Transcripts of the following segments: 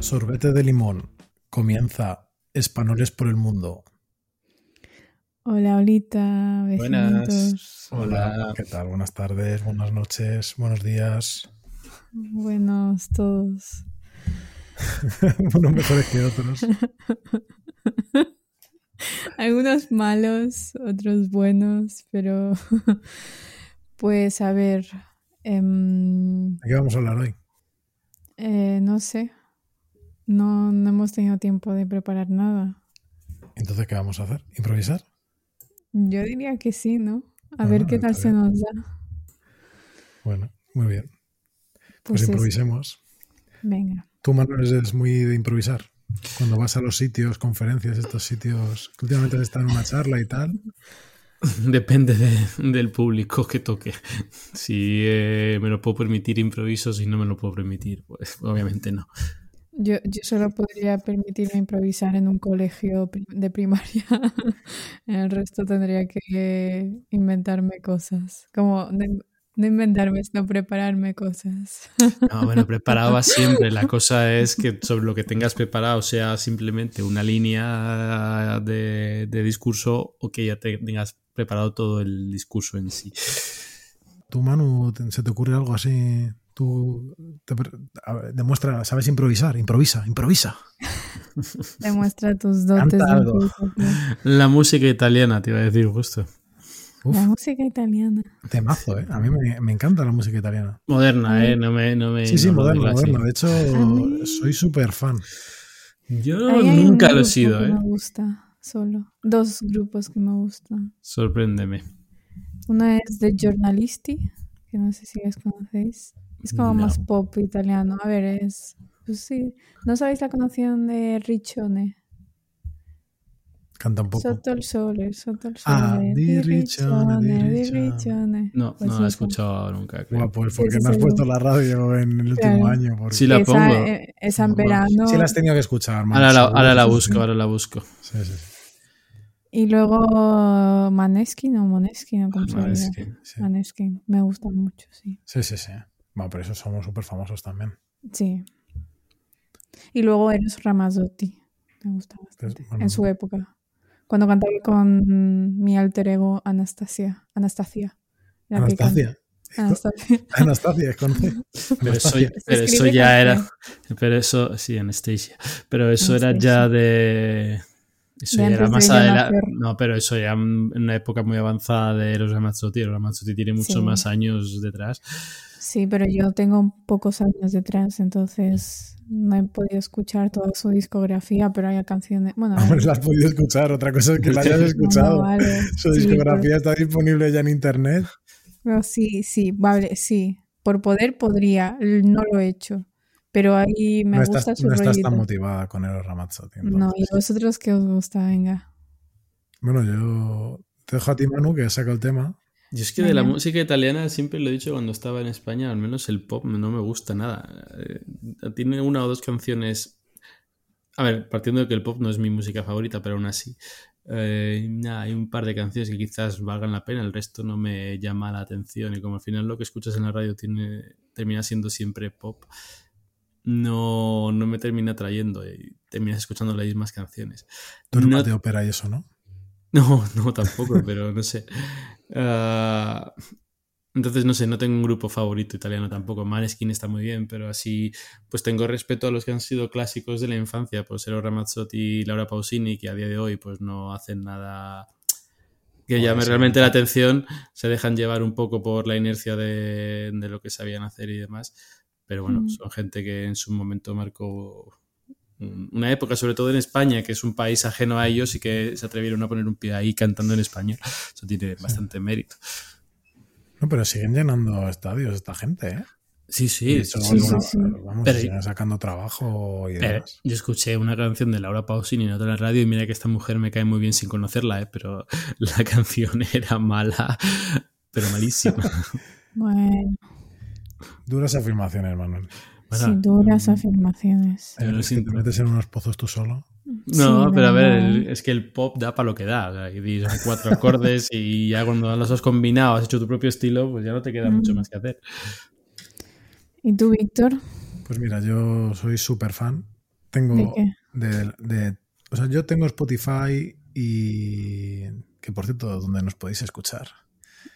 Sorbete de limón. Comienza Españoles por el Mundo. Hola, Olita. Vecinitos. Buenas. Hola. ¿Qué tal? Buenas tardes, buenas noches, buenos días. Buenos todos. Unos mejores que otros. Algunos malos, otros buenos, pero pues a ver. em, ¿De qué vamos a hablar hoy? eh, no sé. No, no hemos tenido tiempo de preparar nada. Entonces, ¿qué vamos a hacer? ¿Improvisar? Yo diría que sí, ¿no? Ah, A Bueno, ver qué está tal se bien. nos da. Bueno, muy bien. Pues, Pues es- improvisemos. venga. Tú, Manuel, eres muy de improvisar. Cuando vas a los sitios, conferencias, estos sitios que últimamente has estado en una charla y tal. Depende de- del público que toque. Si eh, me lo puedo permitir, improviso. Si no me lo puedo permitir, pues obviamente no. Yo, yo solo podría permitirme improvisar en un colegio prim- de primaria. En el resto tendría que inventarme cosas. Como no, in- no inventarme, sino prepararme cosas. No, bueno, preparado vas siempre. La cosa es que sobre lo que tengas preparado sea simplemente una línea de, de discurso o que ya te- tengas preparado todo el discurso en sí. ¿Tú, Manu, te- se te ocurre algo así? Tú te pre- a ver, demuestra, sabes improvisar, improvisa, improvisa. Demuestra tus dotes de Canta algo. improvisación. La música italiana, te iba a decir, justo. Uf, La música italiana. temazo, ¿eh? A mí me, me encanta la música italiana. Moderna, ¿eh? No me. No me Sí, sí, no lo moderna, digas así. moderna. De hecho, soy súper fan. Yo Ahí hay un nunca lo he grupo sido, que ¿eh? Me gusta, solo. Dos grupos que me gustan. Sorpréndeme. Uno es de Giornalisti, que no sé si los conocéis. Es como No. más pop italiano. A ver, es. Pues sí. ¿No sabéis la canción de Riccione? Canta un poco. Sotto el sole, sotto el sole. Ah, di Riccione, di di Riccione. Riccione. No, Pues no la he esa. escuchado nunca. creo. Guau, pues Sí, porque sí, no has sí. puesto la radio en el último Claro. año. Porque... Sí, la Esa, pongo. eh, esa en Vamos. verano. Sí la has tenido que escuchar, Manu, Ahora la, seguro. ahora la busco, ahora la busco. Sí, sí, sí. Y luego Maneskin o Moneskin o como se Vale, diga. es que- Ah, Sí, Maneskin. Me gustan mucho, sí. sí, sí. sí. Bueno, pero esos somos súper famosos también. Sí. Y luego Eros Ramazzotti. Me gusta bastante. bueno. En su época. Cuando cantaba con mi alter ego Anastasia. Anastasia. La que Anastasia. canta- Anastasia. Anastasia, conoce. Pero eso, Anastasia. pero escribe eso con ya C. era. Pero eso, sí, Anastasia. Pero eso era Anastasia. ya de. Eso De ya era antes de más yo adelante. nacer. No, pero eso ya en una época muy avanzada de los Ramazzotti. Los Ramazzotti tiene muchos Sí. más años detrás. Sí, pero yo tengo pocos años detrás, entonces no he podido escuchar toda su discografía, pero hay canciones. Bueno, Hombre, la has podido escuchar. Otra cosa es que la hayas Ah. no, no, Ah, escuchado. vale. Su Sí, discografía está disponible ya en internet. por- no, sí, sí, vale, sí. Por poder podría, l- no lo he hecho, pero ahí me no gusta estás, su no estás rollito. tan motivada con Eros Ramazzotti. entonces. No, y a vosotros que os gusta, venga. Bueno, yo te dejo a ti, Manu, que saca el tema. Yo es que de la Venga. música italiana siempre lo he dicho cuando estaba en España, al menos el pop no me gusta nada. Eh, tiene una o dos canciones. A ver, partiendo de que el pop no es mi música favorita, pero aún así. eh, nada, hay un par de canciones que quizás valgan la pena, el resto no me llama la atención. Y como al final lo que escuchas en la radio tiene, termina siendo siempre pop, no, no me termina atrayendo y terminas escuchando las mismas canciones. Tú eres No- más de ópera y eso, ¿no? no, no, tampoco, pero no sé. Ah, entonces, no sé, no tengo un grupo favorito italiano tampoco. Maneskin está muy bien, pero así, pues tengo respeto a los que han sido clásicos de la infancia, pues Ero Ramazzotti y Laura Pausini, que a día de hoy pues no hacen nada que Bueno, llame sí. realmente la atención, se dejan llevar un poco por la inercia de, de lo que sabían hacer y demás. Pero bueno, Ujú. son gente que en su momento marcó un- una época, sobre todo en España, que es un país ajeno a ellos y que se atrevieron a poner un pie ahí cantando en español. Eso tiene bastante mérito. No, pero siguen llenando estadios esta gente, ¿eh? Sí, sí, Y eso, sí, bueno, sí, sí. Vamos, Pero- siguen sacando trabajo y Pero demás. yo escuché una canción de Laura Pausini en otra radio y mira que esta mujer me cae muy bien sin conocerla, ¿eh? pero la canción era mala, pero malísima. Bueno, Duras afirmaciones, Manuel. Bueno, sí, duras mm, afirmaciones. Yo Eh, lo si siento. te metes en unos pozos tú solo. No, Sí, pero a ver, verdad. el- es que el pop da para lo que da. o sea, que di- son cuatro acordes y ya cuando los has combinado, has hecho tu propio estilo, pues ya no te queda mucho Mm. más que hacer. ¿Y tú, Víctor? Pues mira, yo soy súper fan Tengo ¿De qué? de- de- o sea, yo tengo Spotify y que por cierto, donde nos podéis escuchar.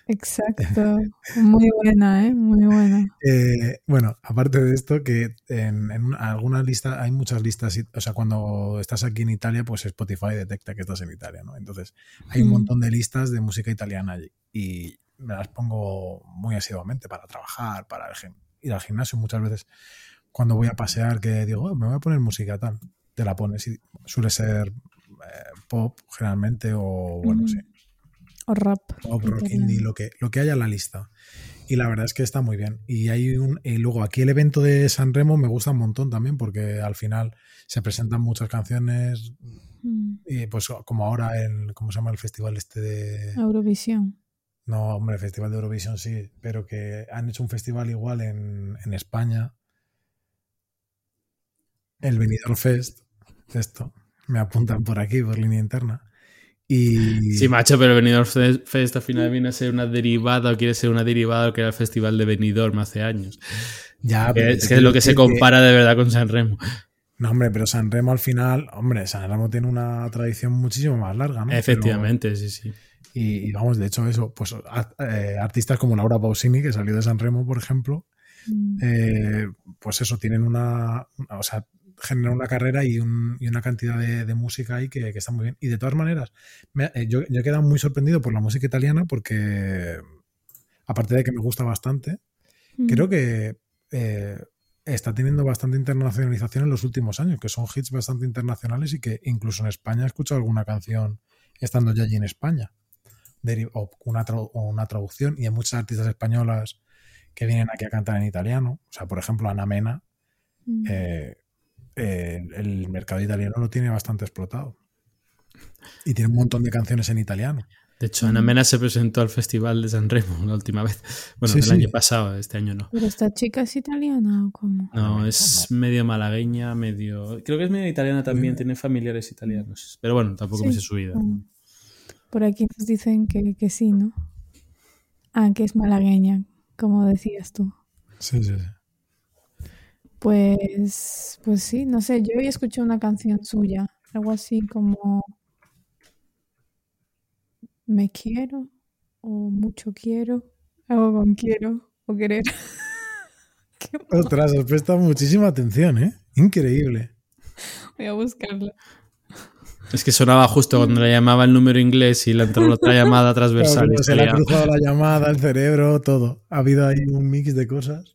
Exacto. Muy buena, ¿eh? Muy buena. Eh, bueno, aparte de esto, que en, en una- algunas listas, hay muchas listas, y- o sea, cuando estás aquí en Italia, pues Spotify detecta que estás en Italia, ¿no? Entonces, hay un Mm. montón de listas de música italiana allí y me las pongo muy asiduamente para trabajar, para el gim- ir al gimnasio muchas veces. Cuando voy a pasear, que digo, "Oh, me voy a poner música tal, te la pones y suele ser eh, pop generalmente o, bueno, Ujú. sí, O rap. pop, rock italiano. indie, lo que, lo que haya en la lista. Y la verdad es que está muy bien. Y hay un y luego aquí el evento de San Remo me gusta un montón también porque al final se presentan muchas canciones Mm. y pues como ahora el cómo se llama el festival este Ah. de Eurovisión. Eh, no, hombre, el festival de Eurovisión sí, pero que han hecho un festival igual en, en España. El Benidorm Fest, esto me apuntan por aquí por línea interna. Y Sí, macho, pero el Benidorm Fe- Fest al final viene a ser una derivada o quiere ser una derivada o que era el festival de Benidorm hace años. ya, Ah, pero Es te que es lo que se quiero decir Ah, compara de verdad con San Remo. No, hombre, pero San Remo al final, hombre, San Remo tiene una tradición muchísimo más larga, ¿no? Efectivamente, sí, sí. Pero- y, y vamos, de hecho, eso, pues a- eh, artistas como Laura Pausini, que salió de San Remo, por ejemplo, Mm. eh, pues eso, tienen una, o sea, generan una carrera y, un- y una cantidad de, de música ahí que, que está muy bien. Y de todas maneras, me- eh, yo, yo he quedado muy sorprendido por la música italiana porque, aparte de que me gusta bastante, Mm. creo que eh, está teniendo bastante internacionalización en los últimos años, que son hits bastante internacionales y que incluso en España he escuchado alguna canción estando ya allí en España, Deri- o una, trau- o una traducción, y hay muchas artistas españolas que vienen aquí a cantar en italiano, o sea, por ejemplo, Ana Mena, Mm. eh, eh, el mercado italiano lo tiene bastante explotado. Y tiene un montón de canciones en italiano. De hecho, Mm. Ana Mena se presentó al festival de San Remo la última vez. Bueno, Sí, el sí. año pasado, este año no. ¿Pero esta chica es italiana o cómo? No, Mena, es medio malagueña, medio. Creo que es medio italiana también, Mira. tiene familiares italianos. Pero bueno, tampoco me Sí. sé su vida. Mm. Por aquí nos dicen que, que sí, ¿no? Ah, que es malagueña, como decías tú. Sí, sí, sí. Pues, pues sí, no sé, yo hoy escuché una canción suya, algo así como Me quiero o mucho quiero, algo con quiero o querer. Qué mal, Ostras, os presta muchísima atención, ¿eh? Increíble. Voy a buscarla. Es que sonaba justo cuando le llamaba el número inglés y le entró la otra llamada transversal. Claro, pues, y se le ha salía- cruzado la llamada, el cerebro, todo. Ha habido ahí un mix de cosas.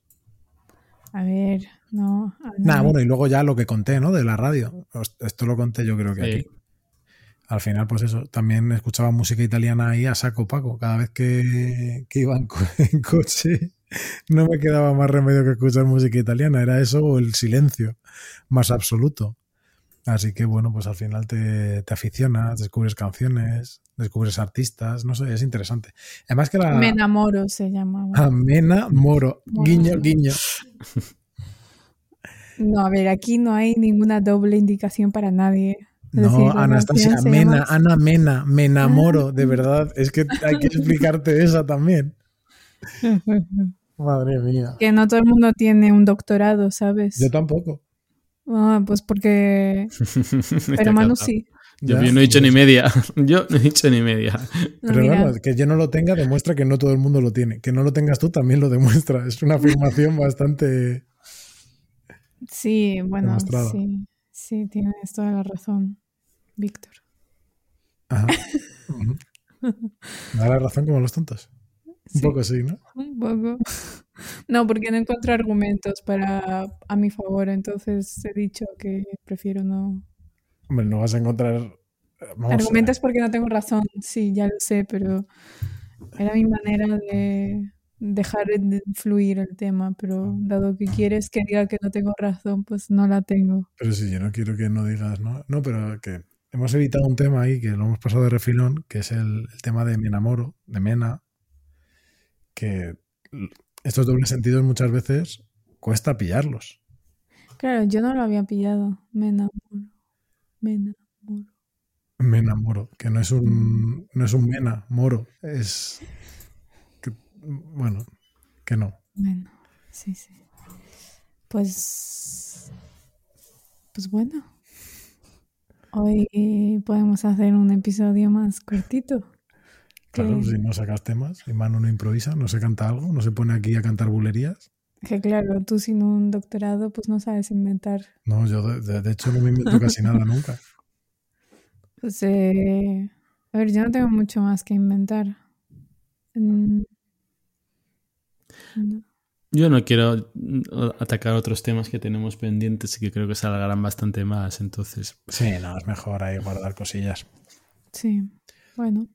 A ver, no. a Nada, ver. bueno, y luego ya lo que conté, ¿no? De la radio. Os- Esto lo conté yo creo que Sí. aquí. Al final, pues eso, también escuchaba música italiana ahí a saco paco. Cada vez que, que iba en, co- en coche, no me quedaba más remedio que escuchar música italiana. Era eso o el silencio más absoluto. Así que bueno, pues al final te, te aficionas, descubres canciones, descubres artistas, no sé, es interesante. Además que la... Me enamoro se llamaba. Ah. Amena Moro. Guiño, Bueno. guiño. No, a ver, aquí no hay ninguna doble indicación para nadie. Es decir, No, la Anastasia, canción se Mena, llama- Ah. Ana Mena, me enamoro, de verdad. Es que hay que explicarte esa también. Madre mía. que no todo el mundo tiene un doctorado, ¿sabes? Yo tampoco. Ah, pues porque... Está Pero Manu encantado. sí. Yo, Ya. yo no he dicho ni media. Yo no he dicho ni media. No, Pero mira, bueno, que yo no lo tenga demuestra que no todo el mundo lo tiene. Que no lo tengas tú también lo demuestra. Es una afirmación bastante... sí, bueno, demostrado. sí, sí, tienes toda la razón, Víctor. Ajá. Ujú. Me da la razón como los tontos. Un Sí, poco sí, ¿no? un poco. No, porque no encuentro argumentos para a mi favor, entonces he dicho que prefiero no. Hombre, no vas a encontrar... vamos, argumentos porque no tengo razón, sí, ya lo sé, pero era mi manera de dejar de fluir el tema, pero dado que quieres que diga que no tengo razón, pues no la tengo. Pero si yo no quiero que no digas, ¿no? No, pero que hemos evitado un tema ahí que lo hemos pasado de refilón, que es el, el tema de me enamoro, de Mena, que l- estos dobles sentidos muchas veces cuesta pillarlos. Claro, yo no lo había pillado, me enamoro, me enamoro. Me enamoro, que no es un, no es un Mena, Moro, es... que- bueno, que no. Bueno, sí, sí. Pues Pues bueno, hoy podemos hacer un episodio más cortito. Claro, si no sacas temas, y Manu no improvisa, no se canta algo, no se pone aquí a cantar bulerías. Que claro, tú sin un doctorado pues no sabes inventar. No, yo de, de- de hecho no me invento casi nada nunca. Pues, eh, a ver, yo no tengo mucho más que inventar. Mm. No. Yo no quiero mm, atacar otros temas que tenemos pendientes y que creo que se alargarán bastante más. Entonces, Sí, no, es mejor ahí guardar cosillas. Sí, bueno.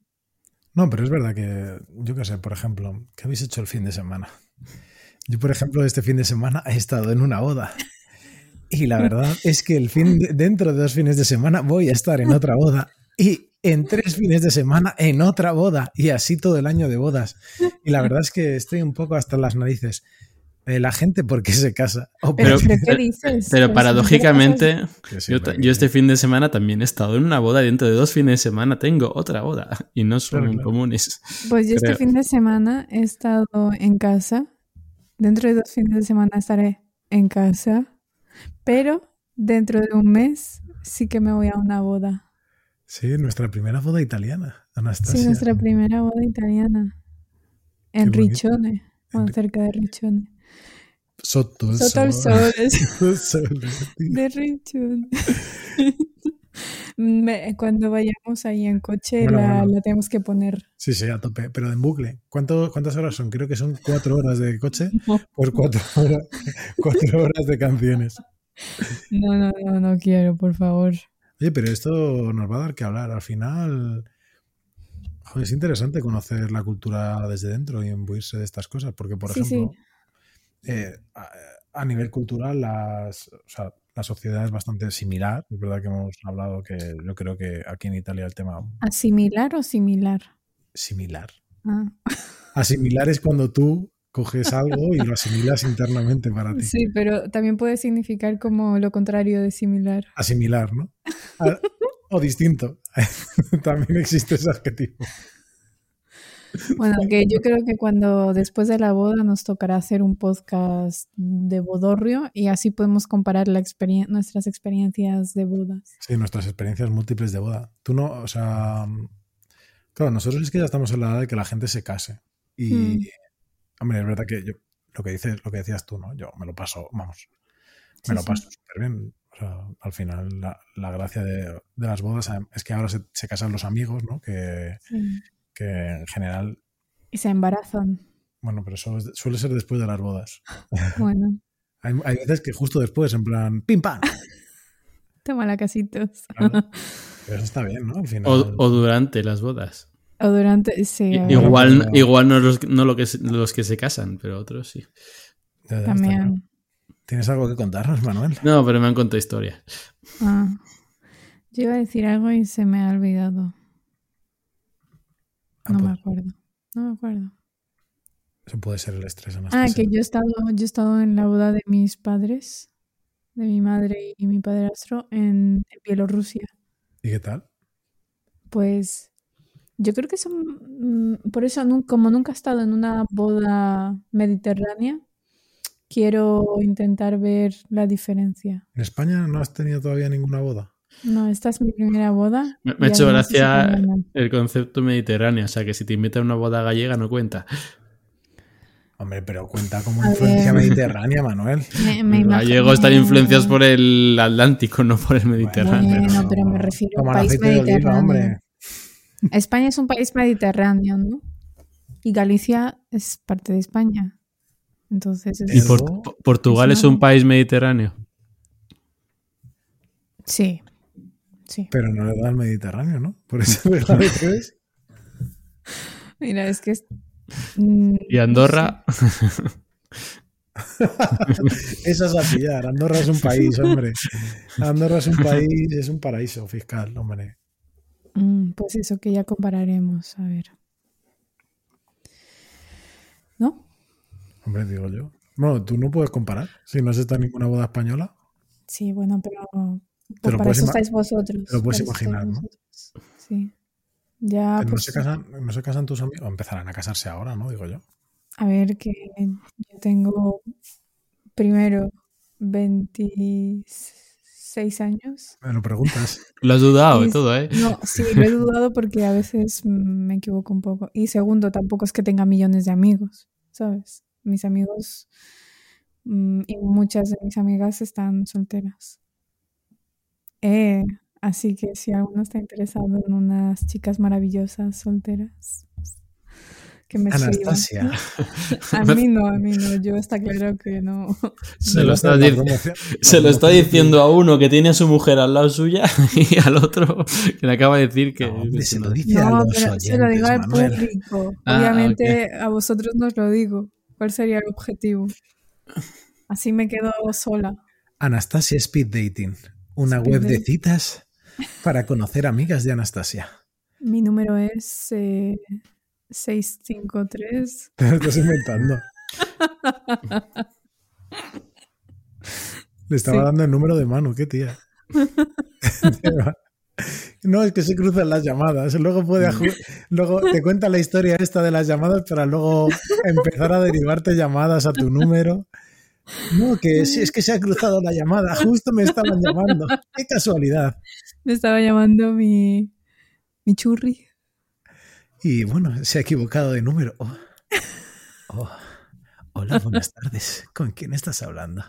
No, pero es verdad que, yo qué sé, por ejemplo, ¿qué habéis hecho el fin de semana? Yo, por ejemplo, este fin de semana he estado en una boda. Y la verdad es que el fin de- dentro de dos fines de semana voy a estar en otra boda. Y en tres fines de semana en otra boda. Y así todo el año de bodas. Y la verdad es que estoy un poco hasta las narices. Eh, la gente, ¿por qué se casa? O Pero, por- ¿pero ¿qué dices? pero si paradójicamente, Que sí, yo, ta- hombre, yo este fin de semana también he estado en una boda. y Dentro de dos fines de semana tengo otra boda y no son Claro, claro. comunes. Pues yo Creo. este fin de semana he estado en casa. Dentro de dos fines de semana estaré en casa. Pero dentro de un mes sí que me voy a una boda. Sí, nuestra primera boda italiana, Anastasia. Sí, nuestra primera boda italiana. En Qué bonito. Riccione. Bueno, En- cerca de Riccione. Sotto el Sotto el sol. sole Sotto el sol, tío. de Riccione. Me- Cuando vayamos ahí en coche Bueno, la, bueno. la tenemos que poner. Sí, sí, a tope, pero en bucle. ¿Cuánto, ¿Cuántas horas son? Creo que son cuatro horas de coche No. por cuatro horas, cuatro horas de canciones. No, no, no, no quiero, por favor. Oye, pero esto nos va a dar que hablar. Al final, joder, es interesante conocer la cultura desde dentro y imbuirse de estas cosas, porque, por Sí, sí. ejemplo, eh, a, a nivel cultural, las, o sea, la sociedad es bastante similar. Es verdad que hemos hablado que yo creo que aquí en Italia el tema ¿Asimilar o similar? similar. Ah, Asimilar es cuando tú coges algo y lo asimilas internamente para ti. sí, pero también puede significar como lo contrario de similar. asimilar, ¿no? A- o distinto. También existe ese adjetivo. Bueno, que yo creo que cuando después de la boda nos tocará hacer un podcast de bodorrio y así podemos comparar la experien- nuestras experiencias de bodas. Sí, nuestras experiencias múltiples de boda. Tú no, o sea, claro, nosotros es que ya estamos en la edad de que la gente se case. Y, Mm. hombre, es verdad que yo, lo que dices, lo que decías tú, ¿no? Yo me lo paso, vamos, me Sí, lo sí. paso súper bien. O sea, al final la, la gracia de, de las bodas es que ahora se, se casan los amigos, ¿no? Que, Sí. que en general, Y se embarazan. bueno, pero eso es- suele ser después de las bodas. Bueno, Hay, hay veces que justo después, en plan, ¡pim, pam! toma la casitos. Claro. Pero eso está bien, ¿no? Al final. O, o durante las bodas. O durante. Sí, a ver, I- bueno, igual pero- igual no, los, no lo que, se- los que se casan, pero otros sí. Ya, ya, está claro. también. ¿Tienes algo que contarnos, Manuel? No, pero me han contado historias. Ah. Yo iba a decir algo y se me ha olvidado. Ah, No me pues, acuerdo. No me acuerdo. Eso puede ser el estrés, Ah, Anastasia. que yo he estado, yo he estado en la boda de mis padres, de mi madre y mi padrastro en, en Bielorrusia. ¿Y qué tal? Pues yo creo que son, mm, por eso nun- como nunca he estado en una boda mediterránea, quiero intentar ver la diferencia. ¿En España no has tenido todavía ninguna boda? No, esta es mi primera boda. Me, me ha y hecho además es gracia italiana. el concepto mediterráneo. O sea, que si te invitan a una boda gallega no cuenta. Hombre, pero cuenta como A influencia ver. mediterránea, Manuel. Me- me Los gallegos están imagino- influenciados por el Atlántico, no por el Mediterráneo. Bueno, pero me refiero a un como el país aceite de oliva, mediterráneo. hombre. España es un país mediterráneo, ¿no? Y Galicia es parte de España. Entonces, ¿Y Pero- es- por- Port- Po- Portugal es un país mediterráneo? sí, sí. Pero no le da al Mediterráneo, ¿no? Por eso le da de tres. Mira, es que es... mm, ¿Y Andorra? Esa es a pillar. Andorra es un país, hombre. Andorra es un país, es un paraíso fiscal, hombre. mm, pues eso que ya compararemos, a ver. ¿No? Hombre, digo yo. Bueno, tú no puedes comparar. Si no has estado en ninguna boda española, Sí, bueno, pero Te pues lo para puedes eso ima- estáis vosotros. te lo puedes para eso estáis imaginar, ¿no? vosotros. Sí. Ya, no pues, se casan, no se casan tus amigos. O empezarán a casarse ahora, ¿no? Digo yo. A ver, que yo tengo primero 26 seis años. Me lo preguntas. Lo has dudado Y- de todo, ¿eh? No, sí, lo he dudado porque a veces mm, me equivoco un poco. Y segundo, tampoco es que tenga millones de amigos, ¿sabes? Mis amigos mm, y muchas de mis amigas están solteras. Eh, así que si alguno está interesado en unas chicas maravillosas solteras, que me escriban. Anastasia. A mí no, a mí no. Yo está claro que no. Se Me lo vas a dar está la dic- promoción. Se lo La está promoción. diciendo a uno que tiene a su mujer al lado suya y al otro que le acaba de decir que... No, hombre, se lo no. dice a No, los pero se lo oyentes, digo al Manuel. público. Ah, Obviamente a vosotros no os lo digo. ¿Cuál sería el objetivo? Así me quedo sola. Anastasia Speed Dating, una Speed web de dating. citas para conocer amigas de Anastasia. Mi número es eh, 653. Te lo estás inventando. Le estaba Sí. dando el número de mano, qué tía. No, es que se cruzan las llamadas. Luego puede aju- luego te cuenta la historia esta de las llamadas para luego empezar a derivarte llamadas a tu número. No, que sí, es que se ha cruzado la llamada. Justo me estaban llamando. Qué casualidad. Me estaba llamando mi, mi churri. Y bueno, se ha equivocado de número. Oh. Oh. Hola, buenas tardes. ¿Con quién estás hablando?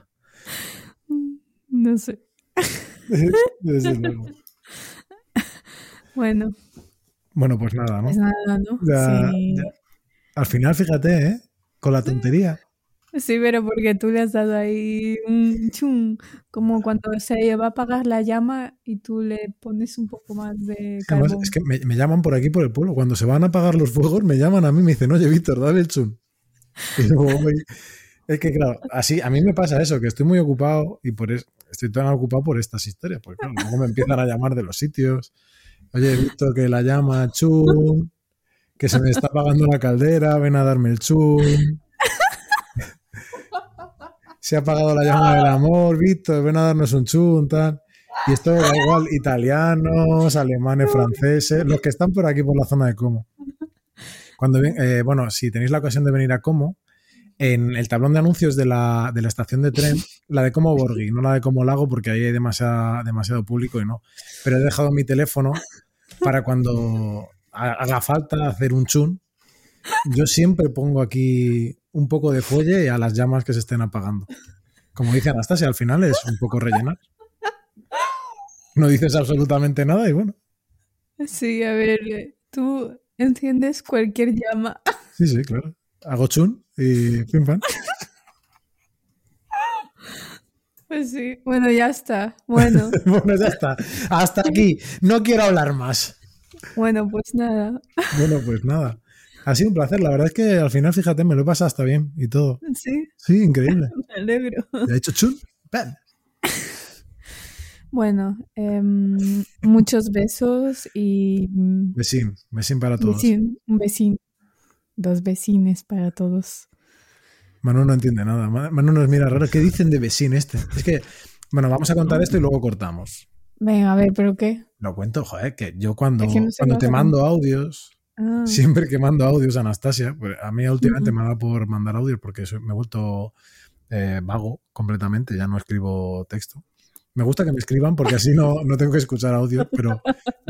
No sé. Desde luego. Bueno, Bueno, pues nada, ¿no? pues nada, ¿no? Ya- sí. Al final, fíjate, ¿eh? Con la tontería. Sí, pero porque tú le has dado ahí un chum, como cuando se va a apagar la llama y tú le pones un poco más de Además, carbón. es que me, me llaman por aquí, por el pueblo. Cuando se van a apagar los fuegos, me llaman a mí y me dicen, oye, Víctor, dale el chun. Y yo, "Oye". es que, claro, así, a mí me pasa eso, que estoy muy ocupado y por es- estoy tan ocupado por estas historias. Porque, claro, luego me empiezan a llamar de los sitios. Oye, Víctor, que la llama chun, que se me está apagando la caldera, ven a darme el chun. se ha apagado la llama del amor, Víctor, ven a darnos un chun, tal. Y esto da igual, italianos, alemanes, franceses, los que están por aquí, por la zona de Como. Cuando ven- eh, bueno, si tenéis la ocasión de venir a Como, en el tablón de anuncios de la, de la estación de tren, la de Como Borghi, no la de Como Lago, porque ahí hay demasiada- demasiado público y no. Pero he dejado mi teléfono para cuando ha- haga falta hacer un chun. Yo siempre pongo aquí un poco de fuelle a las llamas que se estén apagando. Como dice Anastasia, al final es un poco rellenar. No dices absolutamente nada y bueno, Sí, a ver, eh, tú enciendes cualquier llama. sí, sí, claro. Hago chun y pim pam. Pues sí, bueno, ya está. Bueno, Bueno, ya está. Hasta aquí. No quiero hablar más. bueno, pues nada. Bueno, pues nada. Ha sido un placer. La verdad es que al final, fíjate, me lo he pasado hasta bien y todo. Sí, Sí, increíble. me alegro. ¿Te ha hecho chun? ¡Pam! Bueno, em, muchos besos y mm, Besín, besín para todos. besín, un vecino. Dos vecines para todos. Manu no entiende nada. Ma- Manu nos mira raro. ¿Qué dicen de besín este? Es que, bueno, vamos a contar esto y luego cortamos. Venga, a ver, ¿pero qué? Lo cuento, joder, que yo cuando, Es que no sé cuando más te de- mando audios, Ah, Siempre que mando audios a Anastasia, pues a mí últimamente Ujú. me ha dado por mandar audios porque soy- me he vuelto eh, vago completamente, ya no escribo texto. Me gusta que me escriban porque así no, no tengo que escuchar audios, pero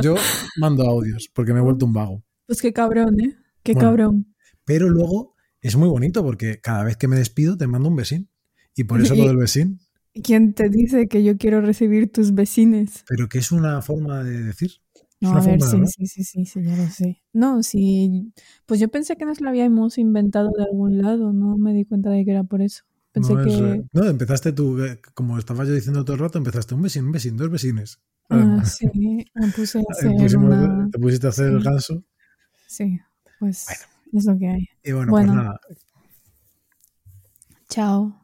yo mando audios porque me he vuelto un vago. Pues qué cabrón, ¿eh? Qué Bueno, cabrón. Pero luego es muy bonito porque cada vez que me despido te mando un besín. Y por eso lo Y- del besín, ¿Quién te dice que yo quiero recibir tus vecines? pero que es una forma de decir. No, una a ver, forma de sí, hablar. sí, sí, sí, sí, ya lo sé. No, sí, pues yo pensé que nos la habíamos inventado de algún lado, no me di cuenta de que era por eso. Pensé no, que... es, eh, no, empezaste tú, eh, como estaba yo diciendo todo el rato, empezaste un besín, un besín, dos besines. Ah, sí, me puse a hacer Pusimos- una... Te pusiste a hacer el sí. ganso. Sí, pues es lo que hay. Y bueno, Bueno. pues nada, Chao.